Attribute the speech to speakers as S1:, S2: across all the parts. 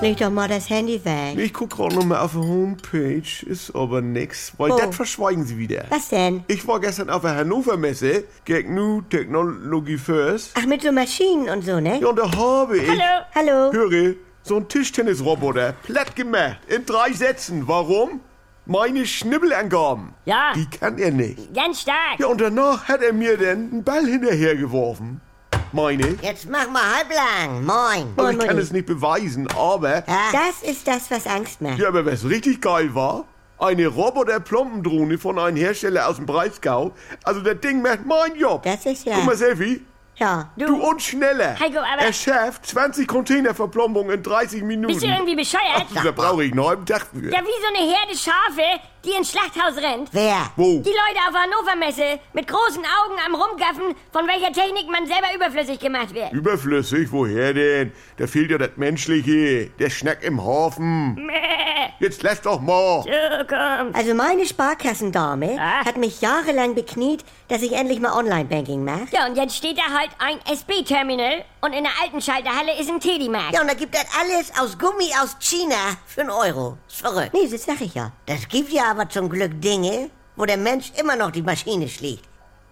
S1: Leg doch mal das Handy weg.
S2: Ich guck gerade nochmal auf der Homepage, ist aber nix, weil
S1: Oh.
S2: das verschweigen sie wieder.
S1: Was denn?
S2: Ich war gestern auf der Hannover Messe, Gag New Technology First,
S1: Ach, mit so Maschinen und so, ne?
S2: ja, und da habe ich,
S3: Hallo.
S1: Hallo?
S2: höre, so einen Tischtennisroboter platt gemacht, in drei Sätzen. Warum? Meine Schnibbelangaben.
S3: Ja.
S2: Die kann er nicht.
S3: Ganz stark.
S2: Ja, und danach hat er mir dann einen Ball hinterhergeworfen. Meine.
S4: Jetzt mach mal halblang. Moin. Ah.
S2: Also
S1: Moin,
S2: ich
S1: Mutti.
S2: kann es nicht beweisen, aber.
S1: Das ist das, was Angst macht.
S2: Ja, aber was richtig geil war, eine Roboter-Plompendrohne von einem Hersteller aus dem Breisgau. Also das Ding macht mein Job.
S1: Das ist ja-
S2: Guck mal, Selfie.
S1: Ja.
S2: Du, und schneller.
S3: Heiko, aber-
S2: Er schafft 20 Containerverplombungen in 30 Minuten.
S3: Bist du irgendwie bescheuert?
S2: Da brauche ich einen halben Tag für.
S3: Ja, wie so eine Herde Schafe, die ins Schlachthaus rennt.
S4: Wer?
S2: Wo?
S3: Die Leute auf Hannover Messe mit großen Augen am Rumgaffen, von welcher Technik man selber überflüssig gemacht wird.
S2: Überflüssig, woher denn? Da fehlt ja das Menschliche, der Schnack im Hafen.
S3: Mäh.
S2: Jetzt lass doch mal.
S3: So komm.
S1: Also meine Sparkassendame
S3: Ah.
S1: hat mich jahrelang bekniet, dass ich endlich mal Online-Banking mache.
S3: Ja, und jetzt steht da halt ein SB-Terminal und in der alten Schalterhalle ist ein Teddymarkt.
S4: Ja, und da gibt das alles aus Gummi aus China für einen Euro. Ist verrückt.
S1: Nee, das sag ich ja.
S4: Das gibt ja aber zum Glück Dinge, wo der Mensch immer noch die Maschine schlägt.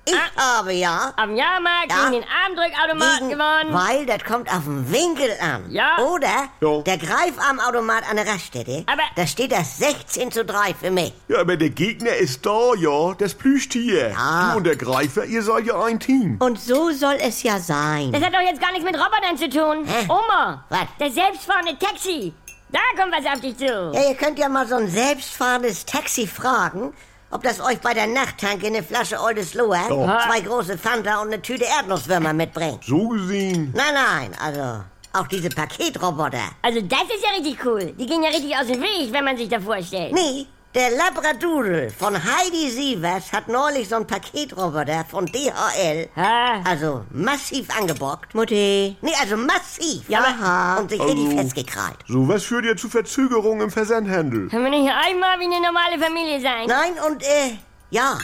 S4: Ich
S1: Ah.
S4: habe ja
S3: Am Jahrmarkt
S4: Ja.
S3: gegen den Armdrückautomaten
S4: liegen,
S3: gewonnen.
S4: weil das kommt auf den Winkel an.
S3: Ja.
S4: Oder
S2: Ja.
S4: der Greifarmautomat an der Raststätte.
S3: Aber-
S4: da steht das 16 zu 3 für mich.
S2: Ja, aber der Gegner ist da, ja, das Plüschtier.
S4: Ja.
S3: Ah.
S2: Du und der Greifer, ihr seid ja ein Team.
S1: Und so soll es ja sein.
S3: Das hat doch jetzt gar nichts mit Robotern zu tun.
S4: Hä?
S3: Oma,
S4: Was?
S3: das selbstfahrende Taxi. Da kommt was auf dich zu.
S4: Ja, ihr könnt ja mal so ein selbstfahrendes Taxi fragen, ob das euch bei der Nachttanke eine Flasche Oldesloher,
S2: Ja.
S4: zwei große Fanta und eine Tüte Erdnusswürmer mitbringt.
S2: So gesehen.
S4: Nein, nein, also auch diese Paketroboter.
S3: Also das ist ja richtig cool. Die gehen ja richtig aus dem Weg, wenn man sich da vorstellt.
S4: Nee, der Labradoodle von Heidi Sievers hat neulich so einen Paketroboter von DHL,
S3: Ha.
S4: also massiv angebockt.
S1: Mutti.
S4: Nee, also massiv.
S1: Ja.
S4: wa? Und sich richtig
S2: Hallo.
S4: festgekrallt.
S2: Sowas führt ja zu Verzögerungen im Versandhandel.
S3: Können wir nicht einmal wie eine normale Familie sein?
S4: Nein, und äh, ja,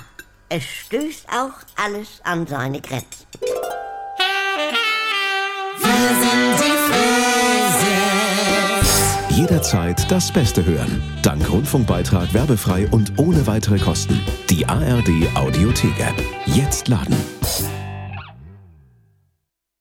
S4: es stößt auch alles an seine Grenzen.
S5: Jederzeit das Beste hören. Dank Rundfunkbeitrag werbefrei und ohne weitere Kosten. Die ARD Audiothek App. Jetzt laden.